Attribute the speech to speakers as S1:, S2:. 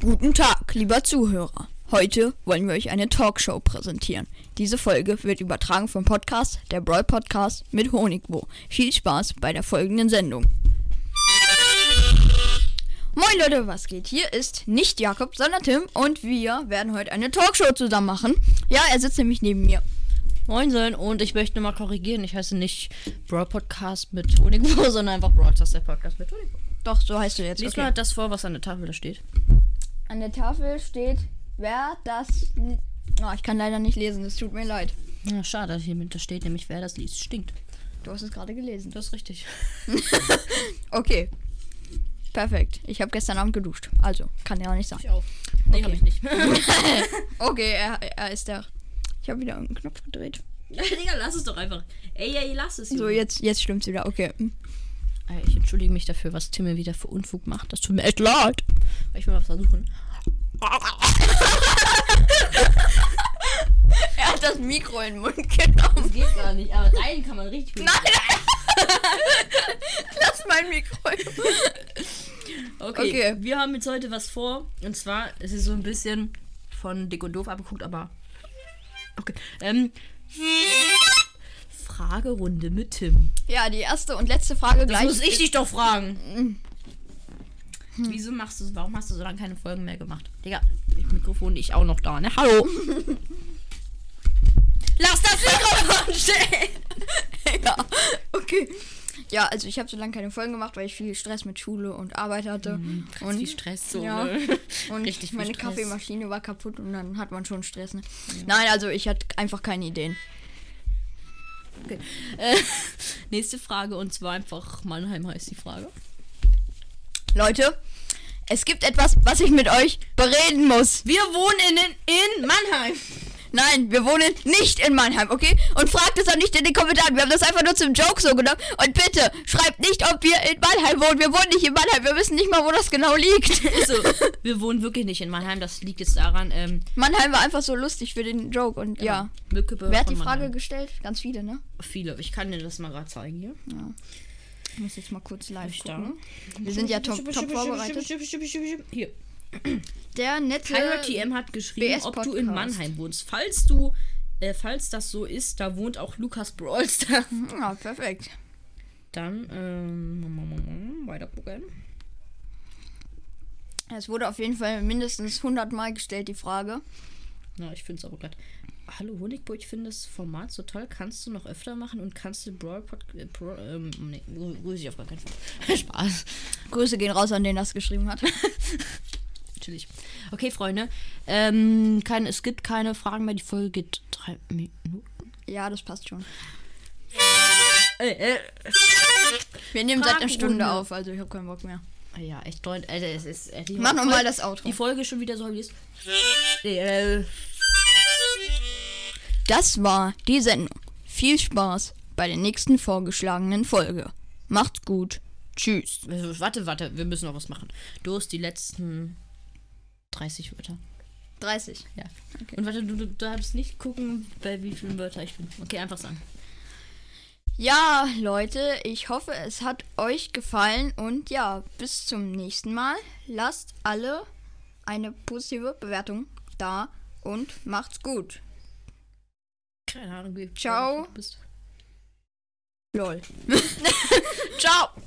S1: Guten Tag, lieber Zuhörer. Heute wollen wir euch eine Talkshow präsentieren. Diese Folge wird übertragen vom Podcast der Brawl Podcast mit Honigbo. Viel Spaß bei der folgenden Sendung. Moin Leute, was geht? Hier ist nicht Jakob, sondern Tim und wir werden heute eine Talkshow zusammen machen. Ja, er sitzt nämlich neben mir.
S2: Moinsen und ich möchte mal korrigieren. Ich heiße nicht Brawl Podcast mit Honigbo, sondern einfach Broadcast der Podcast mit Honigbo.
S1: Doch, so heißt du jetzt.
S2: Lies mal das vor, was an der Tafel da steht.
S1: An der Tafel steht, wer das... Oh, ich kann leider nicht lesen, es tut mir leid.
S2: Na, schade, hier hinter steht nämlich, wer das liest, stinkt.
S1: Du hast es gerade gelesen.
S2: Das ist richtig.
S1: Okay. Perfekt. Ich habe gestern Abend geduscht. Also, kann ja auch nicht sein.
S2: Ich auch. Nee,
S1: Okay.
S2: hab ich nicht.
S1: Okay, er, er ist der. Ich habe wieder einen Knopf gedreht.
S2: Digga, lass es doch einfach. Ey, ey, lass es.
S1: So,
S2: Junge.
S1: jetzt, jetzt stimmt's wieder. Okay. hm.
S2: Ey, Ah, Ich entschuldige mich dafür, was Tim mir wieder für Unfug macht. Das tut mir echt leid. Ich will mal versuchen.
S1: Er hat das Mikro in den Mund genommen.
S2: Das geht gar nicht, aber rein kann man richtig gut.
S1: Lass mein Mikro.
S2: Okay,
S1: Okay.
S2: wir haben jetzt heute was vor. Und zwar ist es so ein bisschen von dick und doof abgeguckt, aber. Okay. Ähm. Fragerunde mit Tim.
S1: Ja, die erste und letzte Frage
S2: Das
S1: gleich.
S2: muss ich dich doch fragen. Wieso machst du Warum hast du so lange keine Folgen mehr gemacht? Hm. Digga, mit Mikrofon ich auch noch da, ne? Hallo! Lass das Mikrofon stehen!
S1: ja. Okay. Ja, also ich habe so lange keine Folgen gemacht, weil ich viel Stress mit Schule und Arbeit hatte.
S2: Und
S1: und
S2: wie Mhm. Stress so.
S1: Ja.
S2: ne?
S1: und
S2: Richtig viel
S1: meine
S2: Stress.
S1: Kaffeemaschine war kaputt und dann hat man schon Stress. Ne? Nein, also ich hatte einfach keine Ideen.
S2: Äh, nächste Frage und zwar einfach Mannheim heißt die Frage.
S1: Leute, es gibt etwas, was ich mit euch bereden muss.
S2: Wir wohnen in, in Mannheim.
S1: Nein, wir wohnen nicht in Mannheim, okay? Und fragt es auch nicht in den Kommentaren. Wir haben das einfach nur zum Joke so genommen. Und bitte, schreibt nicht, ob wir in Mannheim wohnen. Wir wohnen nicht in Mannheim. Wir wissen nicht mal, wo das genau liegt.
S2: Ist so. wir wohnen wirklich nicht in Mannheim. Das liegt jetzt daran, ähm,
S1: Mannheim war einfach so lustig für den Joke. Und ja.
S2: Mückebe
S1: Wer hat
S2: Genau. von
S1: die Frage
S2: Mannheim.
S1: gestellt? Ganz viele, ne?
S2: Viele. Ich kann dir das mal gerade zeigen hier.
S1: Ich muss jetzt mal kurz live
S2: Ich da.
S1: gucken. Wir sind ja top, top vorbereitet.
S2: Hier.
S1: Der nette...
S2: Tyler TM hat geschrieben,
S1: BS
S2: ob du in
S1: Podcast.
S2: Mannheim wohnst. Falls du, äh, falls das so ist, da wohnt auch Lukas Brawlstar.
S1: Ja, Hm, ah, perfekt.
S2: Dann, ähm, weiter gucken.
S1: Es wurde auf jeden Fall mindestens 100 Mal gestellt, die Frage.
S2: Na, ich finde es aber glatt. Hallo Honigbo, ich finde das Format so toll. Kannst du noch öfter machen und kannst du Brawl Podcast. Äh, Brawl- ähm, nee, grü- grüße ich auf gar keinen Fall. Spaß.
S1: Grüße gehen raus an den, das geschrieben hat.
S2: Natürlich. Okay, Freunde. Ähm, kein, es gibt keine Fragen mehr. Die Folge geht drei Minuten.
S1: ja, das passt schon.
S2: Äh, äh.
S1: Wir nehmen seit einer Stunde
S2: Fragenrunde.
S1: auf, also ich habe keinen Bock mehr.
S2: Ja, echt Freunde. Also, es ist. Äh, die
S1: Mach
S2: Folge-
S1: nochmal das Outro.
S2: Die Folge ist schon wieder so wie es. Äh, äh,
S1: Das war die Sendung. Viel Spaß bei der nächsten vorgeschlagenen Folge. Macht's gut. Tschüss.
S2: äh, warte, warte. Wir müssen noch was machen. Du hast die letzten 30 Wörter.
S1: 30.
S2: Ja. Und warte, du, du darfst nicht gucken, bei wie vielen Wörter ich bin. Okay, einfach sagen.
S1: Ja, Leute, ich hoffe, es hat euch gefallen und ja, bis zum nächsten Mal. Lasst alle eine positive Bewertung da und macht's gut.
S2: Keine Ahnung, wie
S1: Ciao.
S2: du bist.
S1: Lol. Ciao.